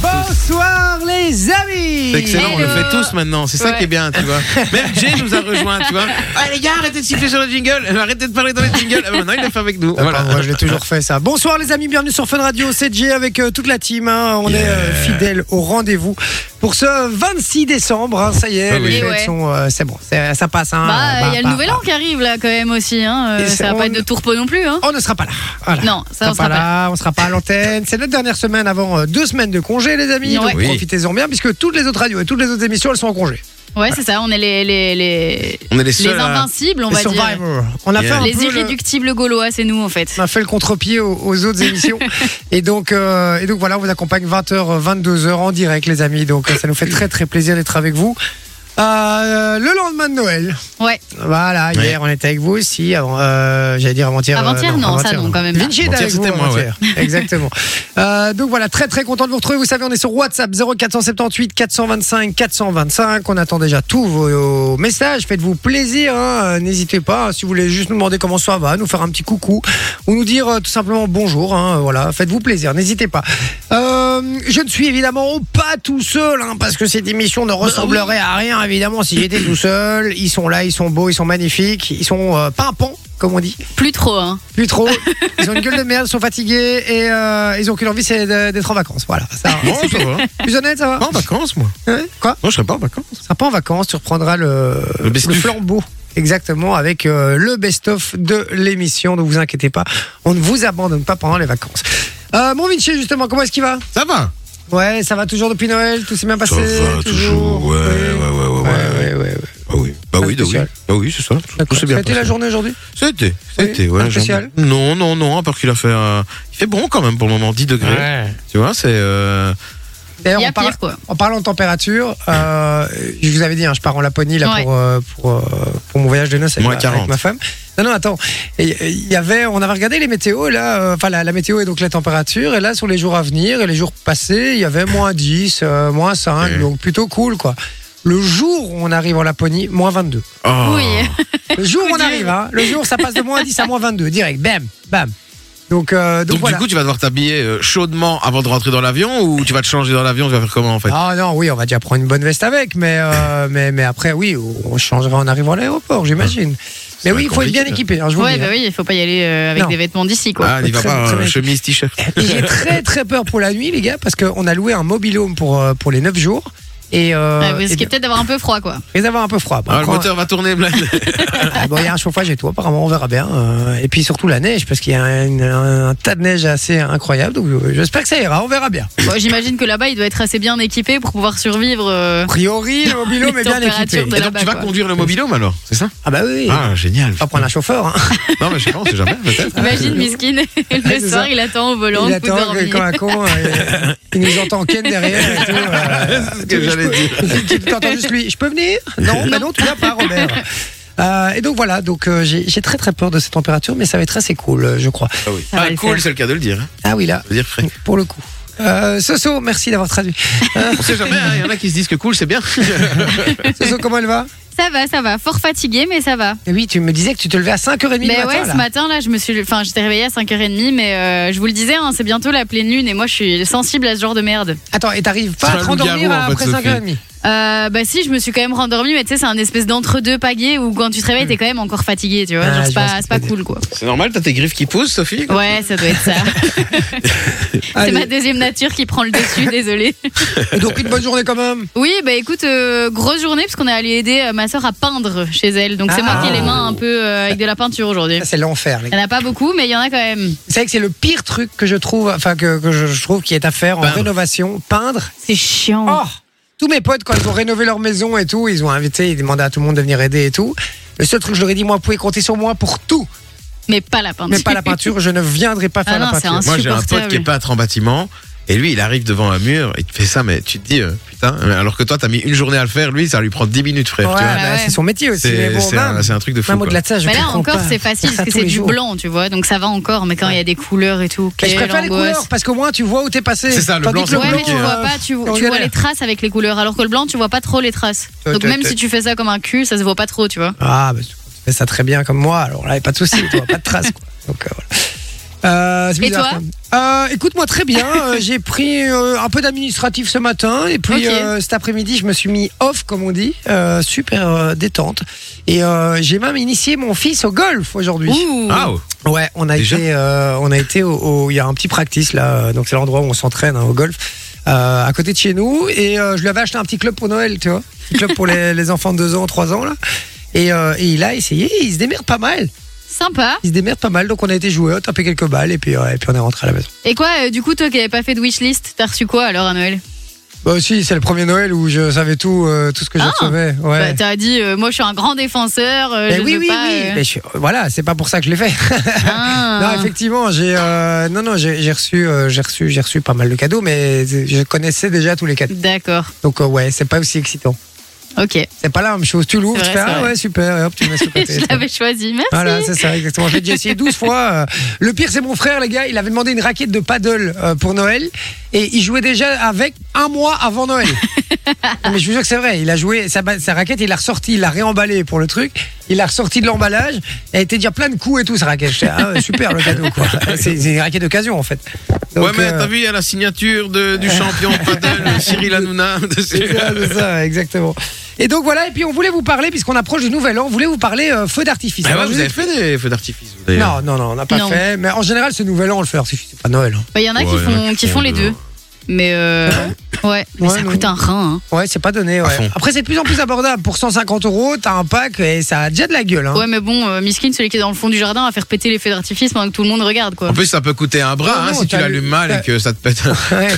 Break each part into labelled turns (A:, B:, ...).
A: Bonsoir les amis
B: C'est excellent, on le fait tous maintenant. C'est ça
C: Ouais.
B: qui est bien, tu vois. Même Jay nous a rejoint, tu vois. Ah les gars, arrêtez de siffler sur le jingle. Arrêtez de parler dans les jingles. Ah, maintenant, il l'a fait avec nous.
A: Voilà.
B: Voilà.
A: moi je l'ai toujours fait ça. Bonsoir les amis, bienvenue sur Fun Radio, c'est Jay avec euh, toute la team. hein. On est euh, fidèles au rendez-vous pour ce 26 décembre. hein. ça y est,
B: Ah oui.
A: les
C: Et
A: fêtes
C: Eh ouais.
A: sont, euh, c'est bon, c'est- ça passe. hein.
C: Bah, il y a le
A: bah,
C: nouvel
A: bah.
C: an qui arrive là quand même aussi. Hein.
A: Et
C: Euh,
A: c'est-
C: ça va
A: on-
C: pas être de tourpeau non plus. Hein.
A: On ne sera pas là. Voilà.
C: Non, ça, on
A: sera
C: sera pas
A: pas là, on sera pas à l'antenne. C'est notre dernière semaine avant euh, deux semaines de congé, les amis.
C: Ouais.
A: Donc
B: Oui.
A: profitez-en bien, puisque toutes les autres radios et toutes les autres émissions, elles sont en congé.
C: Ouais, c'est ça. On est les les les,
B: On est les
C: les
B: seuls. à-
C: invincibles, on
A: euh, les
C: va dire.
A: Survivor. On a
B: Yeah.
A: fait un
C: Les
A: peu le- Bah.
C: irréductibles gaulois, c'est nous en fait.
A: On a fait le contre-pied aux, aux autres émissions. et, donc, euh, et donc voilà, on vous accompagne 20h, 22h en direct, les amis. Donc euh, ça nous fait très très plaisir d'être avec vous. Euh, le lendemain de Noël.
C: Ouais.
A: Voilà, hier on était avec vous aussi. avant- euh, J'allais dire avant-hier.
C: Avant-hier, non, ça, non, quand même.
A: Vinci était
B: Avant-hier,
A: avec vous
B: c'était moi,
A: avant-hier. Exactement. Euh, donc voilà, très très content de vous retrouver. Vous savez, on est sur WhatsApp 0478 425 425. On attend déjà tous vos messages. Faites-vous plaisir. hein. Euh, N'hésitez pas. hein, Si vous voulez juste nous demander comment ça va, nous faire un petit coucou ou nous dire euh, tout simplement bonjour. hein, Voilà, faites-vous plaisir. N'hésitez pas. Euh, je ne suis évidemment pas tout seul hein, parce que cette émission ne ressemblerait à rien évidemment si j'étais tout seul. Ils sont là, ils sont beaux, ils sont magnifiques, ils sont euh, pimpants comme on dit.
C: Plus trop. Hein.
A: Plus trop. Ils ont une gueule de merde, ils sont fatigués et euh, ils ont qu'une envie, c'est de- d'être en vacances. Voilà. Ça,
B: Bon, Ah, ça va.
A: plus honnête, ça va
B: Pas en vacances, moi.
A: Hein Quoi
B: Moi, je serais pas en vacances.
A: Tu seras pas en vacances, tu reprendras le,
B: Le best-of.
A: flambeau. Exactement, avec euh, le best-of de l'émission. Ne vous inquiétez pas, on ne vous abandonne pas pendant les vacances. Euh, mon Vinci, justement, comment est-ce qu'il va
B: Ça va.
A: Ouais, ça va toujours depuis Noël Tout s'est bien passé
B: Ouais, ouais,
A: Oui.
B: ouais, ouais, ouais. ouais.
A: ouais, ouais, ouais.
B: Bah oui. Bah oui, bah oui.
A: Spécial.
B: Bah oui, c'est ça. Tout s'est
A: Ça a
B: bien
A: été la
B: passé.
A: journée aujourd'hui
B: C'était,
A: Oui,
B: c'était, ouais. j'en-
A: un spécial.
B: Non, non, non, à part qu'il a fait. euh, Il fait bon quand même pour le moment, 10 degrés. Tu vois, c'est. euh,
A: D'ailleurs,
C: Il y
A: on
C: a
A: parle-
C: pire quoi.
A: En parlant de température, euh, je vous avais dit, hein, je pars en Laponie là,
C: Ouais.
A: pour, euh, pour, euh, pour mon voyage de noces avec,
B: Moins
A: ma-
B: 40.
A: avec ma femme. Non, non, attends. Et, euh, Il y avait, on avait regardé les météos, là, euh, enfin la, la météo et donc la température, et là, sur les jours à venir et les jours passés, il y avait moins 10, euh, moins 5,
B: Ok.
A: donc plutôt cool, quoi. Le jour où on arrive en Laponie, moins 22.
B: oh.
C: Oui.
A: Le jour où on
C: Dur.
A: arrive, hein, le jour, ça passe de moins 10 à moins 22, direct, bam, bam. Donc, euh, donc,
B: Donc,
A: voilà.
B: du coup, tu vas devoir t'habiller euh, chaudement avant de rentrer dans l'avion ou tu vas te changer dans l'avion, tu vas faire comment en fait
A: Ah non, oui, on va déjà prendre une bonne veste avec, mais, euh, mais, mais après, oui, on changera en arrivant à l'aéroport, j'imagine. Mais oui, il faut être bien
B: compliqué,
A: équipé, hein, je vous
C: Ah. Ouais,
A: le dis,
C: bah oui, il faut pas y aller euh, avec
A: Non.
C: des vêtements d'ici quoi.
B: Ah, n'y va
A: Très,
B: pas,
A: très
B: euh,
A: bien.
B: chemise, t-shirt.
A: hein. Et J'ai très très peur pour la nuit, les gars, parce qu'on a loué un mobilhome pour, euh, pour les 9 jours. Et, euh,
C: Ah, vous
A: et
C: risquez
A: de-
C: peut-être d'avoir un peu froid quoi.
A: et d'avoir un peu froid. Bon,
B: Ah, le
A: quand-
B: moteur va tourner, Blaine.
A: Ah, bon, il y a un chauffage et tout, apparemment, on verra bien. euh, et puis surtout la neige, parce qu'il y a une- un, tas de neige assez incroyable. Donc euh, j'espère que ça ira, on verra bien.
C: Bon, J'imagine que là-bas, il doit être assez bien équipé pour pouvoir survivre. euh,
A: A priori, le mobilhome
C: Les
A: est bien équipé.
C: températures de-
B: Et donc,
C: là-bas,
B: tu vas
C: quoi.
B: conduire le mobilhome alors, c'est ça
A: Ah bah oui, on
B: Ah, génial.
A: va prendre un chauffeur. hein.
B: Non, mais je sais pas, on sait jamais, peut-être.
C: Imagine Miskin,
A: Ah, c'est
C: le soir,
A: ça.
C: il attend au volant,
A: Il
C: vous
A: attend que-
C: dormiez.
A: comme un con, euh, il nous entend Ken derrière et tout. euh,
B: C'est ce que j'allais dire.
A: tu t'entends juste lui, je peux venir Non, bah non, tu viens pas, Robert. Euh, et donc voilà, donc euh, j'ai j'ai très très peur de ces températures, mais ça va être assez cool, euh, je crois.
B: Ah, oui.
C: Ça va
B: Ah,
C: le
B: cool,
C: faire.
B: c'est le cas de le dire. hein.
A: Ah oui, là,
B: Je veux dire, frais.
A: pour le coup. Euh, Soso, merci d'avoir traduit.
B: On sait jamais, hein, il y en a qui se disent que cool, c'est bien.
A: Soso, comment elle va Eh
C: Ça va, ça va. Fort fatigué, mais ça va.
A: Oui, tu me disais que tu te levais à
C: Mais
A: 5h30 le matin.
C: Ben ouais,
A: là.
C: ce matin là, je me suis, enfin, j'étais réveillée à 5h30, mais euh, je vous le disais, hein, c'est bientôt la pleine lune et moi, je suis sensible à ce genre de merde.
A: Attends, et t'arrives pas
B: C'est
A: à
B: un
A: te rendormir
B: loup-garou, en fait,
A: après
B: Sophie.
A: 5h30
C: Euh, bah si, je me suis quand même rendormie, mais tu sais, c'est un espèce d'entre-deux pagayes où quand tu te réveilles, t'es quand même encore fatigué, tu vois.
A: Hmm. Ah,
C: Genre,
A: je
C: c'est
A: vois ce que
C: pas,
A: tu
C: c'est pas
A: veux dire.
C: cool, quoi.
B: c'est normal, t'as tes griffes qui poussent, Sophie
C: Ouais, ça doit être ça. c'est
A: Allez.
C: ma deuxième nature qui prend le dessus, désolée.
A: Et Donc une bonne journée quand même.
C: Oui, bah écoute, euh, grosse journée parce qu'on est allé aider euh, ma soeur à peindre chez elle. Donc c'est
A: Ah.
C: moi qui ai les mains un peu euh, avec de la peinture aujourd'hui.
A: Ça, Ah, C'est l'enfer, les
C: Il
A: gars.
C: n'y en a pas beaucoup, mais il y en a quand même.
A: C'est vrai que c'est le pire truc que je trouve, enfin que, que je, je trouve qui est à faire en
B: Peindre.
A: rénovation, peindre.
C: C'est chiant.
A: Oh Tous mes potes, quand ils ont rénové leur maison et tout, ils ont invité, ils demandaient à tout le monde de venir aider et tout. Le seul truc, je leur ai dit, moi, vous pouvez compter sur moi pour tout,
C: Mais pas la peinture.
A: mais pas la peinture, je ne viendrai pas faire
C: Ah
A: la
C: non, c'est
A: peinture.
B: Moi, j'ai un pote
C: Insupportable.
B: qui est peintre en bâtiment. Et lui, il arrive devant un mur, il te fait ça, mais tu te dis, euh, putain, alors que toi, t'as mis une journée à le faire, lui, ça lui prend 10 minutes, frère.
A: Ouais,
B: tu vois.
A: bah,
C: Ah ouais.
A: C'est son métier aussi, mais
B: C'est
A: bon,
B: c'est un,
A: même,
B: c'est un truc ben, de fou.
A: même
B: quoi.
A: au-delà de ça, je
C: Mais là
A: comprends
C: encore,
A: pas.
C: c'est facile
A: Faire
C: parce
A: ça
C: que
A: tous
C: c'est
A: les
C: du
A: jours.
C: blanc, tu vois. Donc ça va encore, mais quand il y a des couleurs et tout,
A: Mais
C: quelle
A: je préfère les
C: angoisse.
A: couleurs parce qu'au moins tu vois où t'es passé.
B: C'est ça, le
A: Tandis
B: blanc,
A: que
B: c'est
C: Ouais, mais
B: compliqué,
C: tu
B: hein.
C: vois pas, tu,
A: on
C: tu vois
A: galère.
C: les traces avec les couleurs, alors que le blanc, tu vois pas trop les traces.
A: Ouais,
C: Donc
A: ouais,
C: même
A: ouais.
C: si tu fais ça comme un cul, ça se voit pas trop, tu vois.
A: Ah, bah, tu fais ça très bien comme moi, alors là, y a pas de souci, tu vois, pas de traces. quoi. Donc, euh, voilà. Euh, c'est
C: Et
A: bizarre,
C: toi
A: quand même. Euh, Écoute-moi très bien. Euh, J'ai pris euh, un peu d'administratif ce matin et puis
C: Ok.
A: euh, cet après-midi, je me suis mis off, comme on dit, Euh, super euh, détente. Et euh, j'ai même initié mon fils au golf aujourd'hui.
C: Ouh.
B: Ah, ouais.
A: Ouais, on a
B: Déjà
A: été, euh, on a été au, au- il y a un petit practice là, euh, donc c'est l'endroit où on s'entraîne hein, au golf, euh, à côté de chez nous. Et euh, je lui avais acheté un petit club pour Noël, tu vois, un petit club pour les, les enfants de 2 ans, 3 ans là. Et, euh, et il a essayé, il se démerde pas mal,
C: Sympa.
A: il se démerde pas mal. Donc on a été jouer, on a tapé quelques balles et puis, euh, et puis on est rentré à la maison.
C: Et quoi, euh, du coup, toi qui n'avais pas fait de wishlist, t'as reçu quoi alors à Noël
A: Bah aussi, c'est le premier Noël où je savais tout, euh, tout ce que je
C: Ah.
A: recevais. Ouais.
C: Bah, T'as dit, euh, moi je suis un grand défenseur. euh,
A: Mais
C: je
A: oui,
C: veux
A: oui,
C: pas,
A: oui.
C: euh,
A: Mais je- voilà, c'est pas pour ça que je l'ai fait.
C: ah.
A: Non, effectivement, j'ai euh, non non, j'ai j'ai reçu euh, j'ai reçu j'ai reçu pas mal de cadeaux, mais je connaissais déjà tous les cadeaux.
C: D'accord.
A: Donc euh, ouais, c'est pas aussi excitant.
C: Ok.
A: C'est pas la même chose. Tu l'ouvres,
C: C'est
A: tu fais
C: vrai, c'est
A: ah
C: vrai.
A: ouais super, et hop tu le mets sur le côté.
C: je l'avais choisi, merci.
A: Voilà, c'est ça, exactement. Je l'ai déjà essayé 12 fois. euh. Le pire, c'est mon frère, les gars. Il avait demandé une raquette de paddle euh, pour Noël. Et il jouait déjà avec un mois avant Noël. Non, Mais je vous jure que c'est vrai. Il a joué sa, ba- sa raquette, il l'a ressortie, il l'a réemballée pour le truc. Il l'a ressortie de l'emballage. Elle était déjà plein de coups et tout, sa raquette. J'étais, ah, super le cadeau, quoi. C'est c'est une raquette d'occasion, en fait. Donc,
B: ouais, mais
A: euh,
B: t'as vu, il y a la signature de- du champion paddle, Cyril Hanouna. dessus.
A: C'est ça, Ah, c'est ça, exactement. Et donc voilà, et puis on voulait vous parler, puisqu'on approche du nouvel an, on voulait vous parler euh, feu d'artifice.
B: Ah ouais,
A: Alors,
B: vous
A: je-
B: avez fait des feux d'artifice, vous, d'ailleurs.
A: Non, non, non, on n'a pas
C: Non.
A: fait. Mais en général, ce nouvel an, on le fait. Alors, c'est c'est pas Noël. hein.
C: Bah, Il y en a
B: Ouais,
C: qui
B: il y en a
C: font,
B: qui
C: qui
B: font
C: font les
B: deux.
C: deux. Mais euh, ouais, mais
A: Ouais,
C: ça
A: non.
C: coûte un rein. hein.
A: Ouais, c'est pas donné. ouais.
B: fond.
A: Après, c'est de plus en plus abordable. Pour 150 euros, t'as un pack et ça a déjà de la gueule. hein.
C: Ouais, mais bon, euh, Miskin, celui qui est dans le fond du jardin, va faire péter les feux d'artifice pendant que tout le monde regarde, quoi.
B: En plus, ça peut coûter un bras
A: Non,
B: hein,
A: non,
B: si tu
A: t'as-
B: l'allumes mal et que ça te pète.
A: Ouais.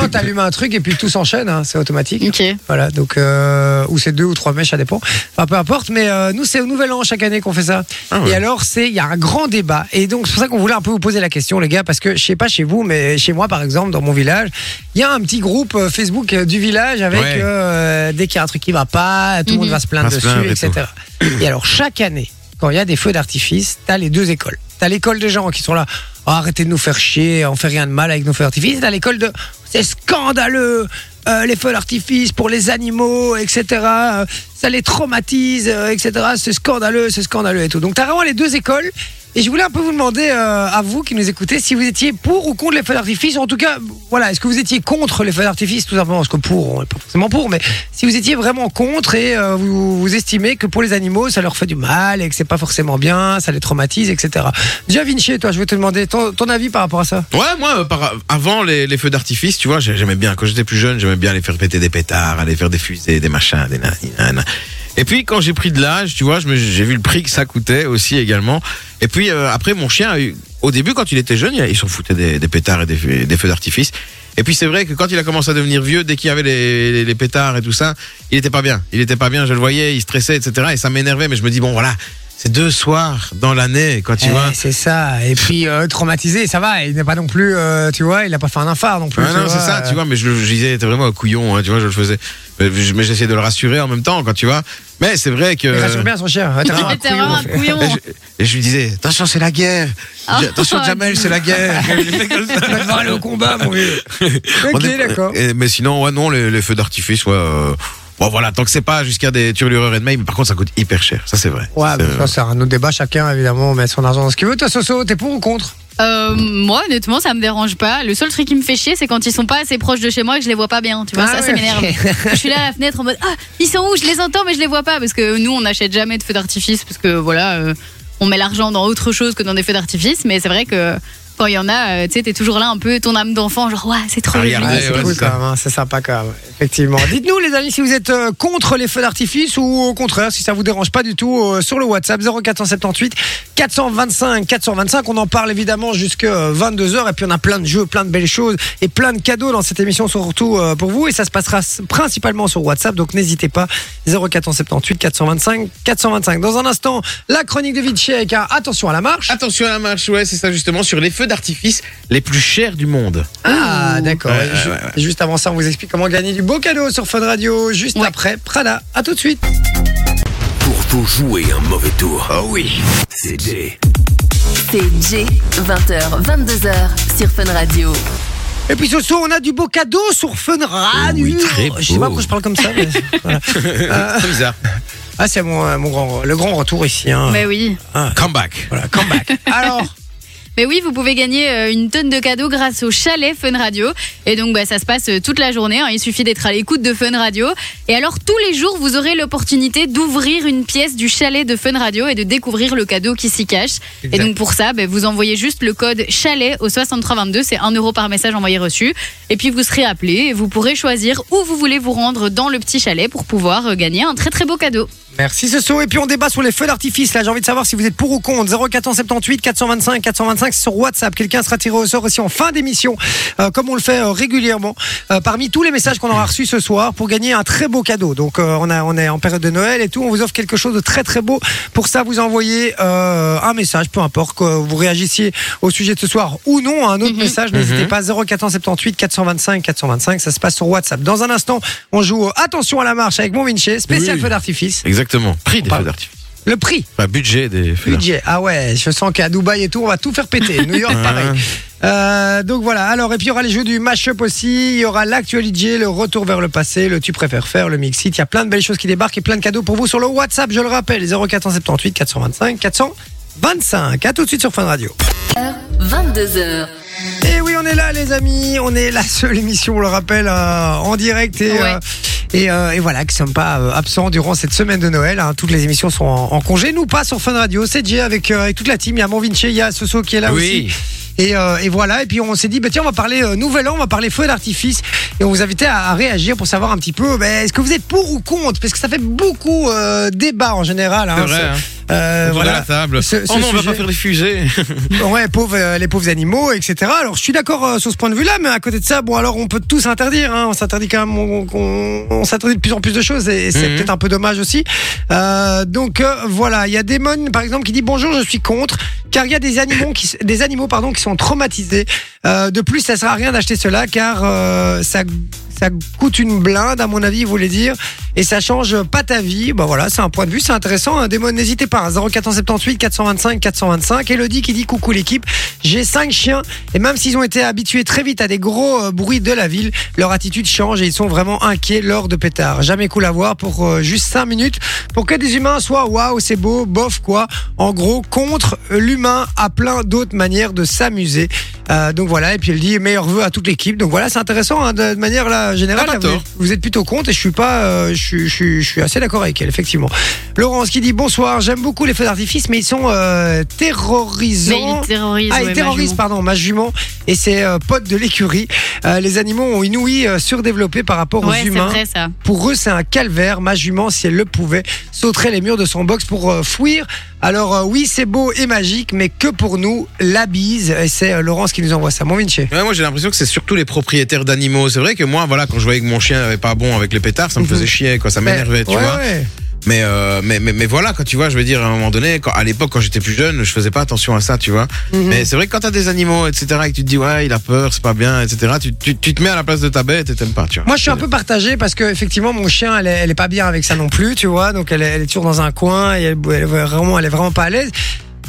A: non, t'allumes un truc et puis tout s'enchaîne. hein, C'est automatique.
C: Ok.
A: Voilà, donc, euh, ou c'est deux ou trois mèches, ça dépend. Enfin, peu importe, mais euh, nous, c'est au Nouvel An chaque année qu'on fait ça.
B: Ah ouais.
A: Et alors, c'est il y a un grand débat. Et donc, c'est pour ça qu'on voulait un peu vous poser la question, les gars, parce que je sais pas chez vous, mais chez moi, par exemple, dans mon village, il y a un petit groupe euh, Facebook euh, du village avec
B: Ouais.
A: euh, dès qu'il y a un truc qui va pas, tout le monde
C: Mhm.
A: va se plaindre
B: Va se
A: dessus,
B: plaindre et
A: etc. Et alors, chaque année, quand il y a des feux d'artifice, t'as les deux écoles. T'as l'école des gens qui sont là, Oh, arrêtez de nous faire chier, on fait rien de mal avec nos feux d'artifice. T'as l'école de, c'est scandaleux, euh, les feux d'artifice pour les animaux, etc. euh, Ça les traumatise, euh, etc. C'est scandaleux, c'est scandaleux et tout. Donc t'as vraiment les deux écoles. Et je voulais un peu vous demander, euh, à vous qui nous écoutez, si vous étiez pour ou contre les feux d'artifice. En tout cas, voilà, est-ce que vous étiez contre les feux d'artifice tout simplement Parce que pour, on n'est pas forcément pour, mais si vous étiez vraiment contre et euh, vous, vous estimez que pour les animaux, ça leur fait du mal et que c'est pas forcément bien, ça les traumatise, etc. Déjà, Vinci, toi, je vais te demander ton, ton avis par rapport à ça.
B: Ouais, moi, euh, par- avant les, les feux d'artifice, tu vois, j'ai- j'aimais bien. Quand j'étais plus jeune, j'aimais bien les faire péter des pétards, aller faire des fusées, des machins, des nani, nana. Et puis, quand j'ai pris de l'âge, tu vois, je me- j'ai vu le prix que ça coûtait aussi également. Et puis, euh, après, mon chien, a eu- au début, quand il était jeune, il il s'en foutait des, des pétards et des, feux- des feux d'artifice. Et puis, c'est vrai que quand il a commencé à devenir vieux, dès qu'il y avait les, les- les pétards et tout ça, il était pas bien. Il était pas bien, je le voyais, il stressait, etc. Et ça m'énervait, mais je me dis, bon, voilà, c'est deux soirs dans l'année, quand tu
A: Eh,
B: vois.
A: C'est ça. Et puis, euh, traumatisé, ça va. Il n'est pas non plus, euh, tu vois, il n'a pas fait un infart non plus.
B: Ouais, Ah non, c'est ça, tu vois, mais je, le- je disais, t'es vraiment un couillon, hein, tu vois, je le faisais. Mais je- mais j'essayais de le rassurer en même temps, quand tu vois. Mais c'est vrai que.
A: Il rassure bien son chien. Ouais, t'es vraiment un
C: T'es vraiment
A: couillon.
C: un couillon. hein.
B: Et je, et je lui disais, attention, c'est la guerre.
C: Ah.
B: attention, Jamel, c'est la guerre.
A: Tu vas devoir aller au combat, mon vieux.
B: On
A: ok,
B: est-
A: d'accord.
B: Et- mais sinon, ouais, non, les, les feux d'artifice, ouais. euh, Bon, voilà, tant que c'est pas jusqu'à des turlureurs et de mail, mais par contre, ça coûte hyper cher. Ça, c'est vrai.
A: Ouais,
B: C'est-
A: mais ça, c'est un autre débat. Chacun, évidemment, met son argent dans ce qu'il veut. Toi, Soso, t'es pour ou contre
C: Euh, moi, honnêtement, ça me dérange pas. Le seul truc qui me fait chier, c'est quand ils sont pas assez proches de chez moi et que je les vois pas bien. Tu vois,
A: Ah
C: ça, ça
A: ouais,
C: m'énerve. je suis là à la fenêtre en mode Ah, ils sont où Je les entends, mais je les vois pas. Parce que nous, on n'achète jamais de feux d'artifice. Parce que voilà, euh, on met l'argent dans autre chose que dans des feux d'artifice. Mais c'est vrai que quand il y en a, euh, tu sais, t'es toujours là un peu ton âme d'enfant, genre, ouais, c'est trop
B: Ah,
C: joli.
B: regardez. Ouais,
A: c'est
B: ouais,
A: cool
B: c'est
A: quand
B: ça.
A: même, hein, c'est sympa quand même, effectivement. Dites-nous les amis si vous êtes euh, contre les feux d'artifice ou au contraire si ça vous dérange pas du tout euh, sur le WhatsApp 0478 425 425. On en parle évidemment jusqu'à 22h et puis on a plein de jeux, plein de belles choses et plein de cadeaux dans cette émission surtout euh, pour vous et ça se passera s- principalement sur WhatsApp donc n'hésitez pas 0478 425 425. Dans un instant, la chronique de Vinci avec un attention à la marche.
B: Attention à la marche, ouais, c'est ça justement, sur les feux d'artifice les plus chers du monde.
A: Ah, d'accord.
B: Ouais,
A: Et ju- et Juste avant ça, on vous explique comment gagner du beau cadeau sur Fun Radio. Juste après, Prada. À tout de suite.
D: Pour vous jouer un mauvais tour. Oh oui. C'est Jay.
E: C'est J, 20h, 22h sur Fun Radio.
A: Et puis ce soir, on a du beau cadeau sur Fun Radio.
B: Oui, très
A: Je sais pas
B: beau.
A: pourquoi je parle comme ça. Mais... voilà.
B: C'est bizarre.
A: Ah, c'est mon, euh, mon grand, le grand retour ici. Hein.
C: Mais oui.
B: Come back.
A: Voilà, come back. Alors,
C: Mais oui, vous pouvez gagner euh, une tonne de cadeaux grâce au chalet Fun Radio. Et donc, bah, ça se passe euh, toute la journée. hein. Il suffit d'être à l'écoute de Fun Radio. Et alors, tous les jours, vous aurez l'opportunité d'ouvrir une pièce du chalet de Fun Radio et de découvrir le cadeau qui s'y cache.
A: Exact.
C: Et donc, pour ça, bah, vous envoyez juste le code chalet au 6322. C'est 1 euro par message envoyé reçu. Et puis, vous serez appelé et vous pourrez choisir où vous voulez vous rendre dans le petit chalet pour pouvoir euh, gagner un très très beau cadeau.
A: Merci Soso. Et puis on débat sur les feux d'artifice. Là, j'ai envie de savoir si vous êtes pour ou contre. 0478 425 425 c'est sur WhatsApp. Quelqu'un sera tiré au sort aussi en fin d'émission, euh, comme on le fait euh, régulièrement, euh, parmi tous les messages qu'on aura reçus ce soir pour gagner un très beau cadeau. Donc euh, on, a, on est en période de Noël et tout. On vous offre quelque chose de très très beau. Pour ça, vous envoyez euh, un message, peu importe que vous réagissiez au sujet de ce soir ou non, à un autre
C: Mhm.
A: message. N'hésitez pas. 0478 425 425. Ça se passe sur WhatsApp. Dans un instant, on joue au attention à la marche avec mon Vinci, spécial
B: Oui.
A: feu d'artifice.
B: Exactement. Prix des
A: parle-
B: feux d'artifice.
A: Le prix,
B: Enfin, budget des feux d'artifice.
A: budget. Ah ouais, je sens qu'à Dubaï et tout, on va tout faire péter. New York, pareil. Euh, donc voilà, alors, et puis il y aura les jeux du match-up aussi, il y aura l'actualité, le retour vers le passé, le tu préfères faire, le mix it. Il y a plein de belles choses qui débarquent et plein de cadeaux pour vous sur le WhatsApp, je le rappelle, 0478 425 425. À tout de suite sur Fun Radio.
E: 22h,
A: Et oui, on est là, les amis. On est la seule émission, on le rappelle, euh, en direct et.
C: Ouais.
A: euh, et, euh, et voilà, qui ne sommes pas euh, absents durant cette semaine de Noël. hein. Toutes les émissions sont en, en congé. Nous, pas sur Fun Radio. C'est Jay avec, euh, avec toute la team. Il y a Mon Vinci, il y a Soso qui est là
B: Oui.
A: aussi. Et, euh, et voilà. Et puis, on s'est dit, bah, tiens, on va parler euh, Nouvel An, on va parler feu d'artifice. Et on vous invitait à, à réagir pour savoir un petit peu, bah, est-ce que vous êtes pour ou contre Parce que ça fait beaucoup euh, débat en général. hein,
B: C'est vrai,
A: ce-
B: hein.
A: euh,
B: Autour de
A: voilà.
B: la table.
A: Ce- ce
B: oh non, on va
A: sujet-
B: pas faire des fusées.
A: Ouais, pauvres, euh, les pauvres animaux, etc. Alors, je suis d'accord euh, sur ce point de vue-là, mais à côté de ça, bon, alors on peut tous interdire. hein. on s'interdit quand même, on, on- on s'interdit de plus en plus de choses, et, c'est
B: Mhm.
A: peut-être un peu dommage aussi. Euh, donc euh, voilà, il y a Damon, par exemple, qui dit bonjour, je suis contre, car il y a des animaux qui, s- des animaux pardon, qui sont traumatisés. Euh, de plus, ça sert à rien d'acheter cela, car euh, ça ça coûte une blinde, à mon avis, vous voulez dire, et ça change pas ta vie. Bah voilà, c'est un point de vue, c'est intéressant. Hein. Démon, n'hésitez pas. hein. 0478 425 425. Elodie qui dit coucou l'équipe. J'ai cinq chiens et même s'ils ont été habitués très vite à des gros euh, bruits de la ville, leur attitude change et ils sont vraiment inquiets lors de pétards. Jamais cool à voir pour euh, juste cinq minutes pour que des humains soient waouh, c'est beau, bof quoi. En gros, contre l'humain à plein d'autres manières de s'amuser. Euh, donc voilà, et puis elle dit meilleurs vœux à toute l'équipe. Donc voilà, c'est intéressant hein, de, de manière là, générale.
B: Ah, pas
A: là, vous,
B: tort.
A: êtes, vous êtes plutôt contre et je suis pas, euh, je, suis- je suis- je suis assez d'accord avec elle, effectivement. Laurence qui dit bonsoir, j'aime beaucoup les feux d'artifice, mais ils sont euh, terrorisants.
C: Mais il terrorise.
A: Ah,
C: ouais,
A: il terrorise,
C: Majumon.
A: pardon, ma jument et ses euh, potes de l'écurie. Euh, les animaux ont inouï euh, surdéveloppé par rapport
C: Ouais,
A: aux
C: c'est
A: humains.
C: vrai ça.
A: Pour eux, c'est un calvaire. Ma jument, si elle le pouvait, sauterait les murs de son box pour euh, fuir. Alors euh, oui, c'est beau et magique, mais que pour nous, la bise. Et c'est euh, Laurence qui nous envoie ça. Mon Vinci.
B: Ouais, moi j'ai l'impression que c'est surtout les propriétaires d'animaux. C'est vrai que moi, voilà, quand je voyais que mon chien n'avait pas bon avec les pétards, ça me faisait chier, quoi, ça m'énervait, tu
A: Mhm. Ouais,
B: vois.
A: ouais.
B: Mais, euh, mais, mais, mais voilà, quand tu vois, je veux dire, à un moment donné, quand, à l'époque, quand j'étais plus jeune, je faisais pas attention à ça, tu vois.
A: Mhm.
B: Mais c'est vrai que quand t'as des animaux, etc., et que tu te dis, ouais, il a peur, c'est pas bien, etc., tu, tu, tu te mets à la place de ta bête et t'aimes pas, tu vois.
A: Moi, je suis un peu partagé parce que effectivement, mon chien, elle est, elle est pas bien avec ça non plus, tu vois. Donc, elle est, elle est toujours dans un coin et elle, elle est vraiment, elle est vraiment pas à l'aise.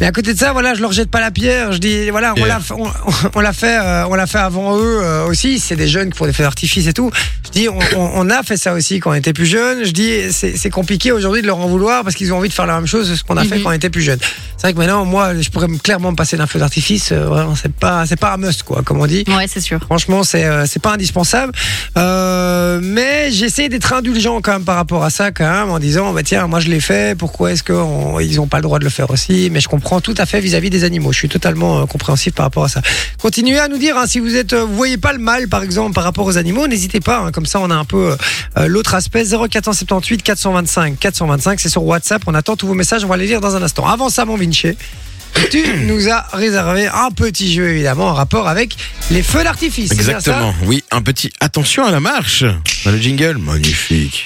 A: Mais à côté de ça, voilà, je leur jette pas la pierre. Je dis, voilà, on
B: Yeah.
A: l'a, f- on, on l'a fait, euh, on l'a fait avant eux euh, aussi. C'est des jeunes qui font des feux d'artifice et tout. Je dis, on, on- on a fait ça aussi quand on était plus jeunes. Je dis, c'est c'est compliqué aujourd'hui de leur en vouloir parce qu'ils ont envie de faire la même chose que ce qu'on a fait
C: Mhm.
A: quand on était plus jeunes. C'est vrai que maintenant, moi, je pourrais me- clairement me passer d'un feu d'artifice. Euh, vraiment, c'est pas, c'est pas un must, quoi, comme on dit.
C: Ouais, c'est sûr.
A: Franchement, c'est euh, c'est pas indispensable. Euh, mais j'essaie d'être indulgent quand même par rapport à ça, quand même, en disant bah tiens, moi je l'ai fait, pourquoi est-ce qu'ils n'ont pas le droit de le faire aussi Mais je comprends tout à fait vis-à-vis des animaux. Je suis totalement euh, compréhensif par rapport à ça. Continuez à nous dire hein, si vous êtes, euh, vous voyez pas le mal, par exemple, par rapport aux animaux, n'hésitez pas. hein, comme ça, on a un peu euh, l'autre aspect 0478 425 425. C'est sur WhatsApp. On attend tous vos messages. On va les lire dans un instant. Avant ça, mon Vinci. Tu nous as réservé un petit jeu évidemment en rapport avec les feux d'artifice. c'est bien ça
B: Exactement, oui, un petit attention à la marche. Dans le jingle, magnifique.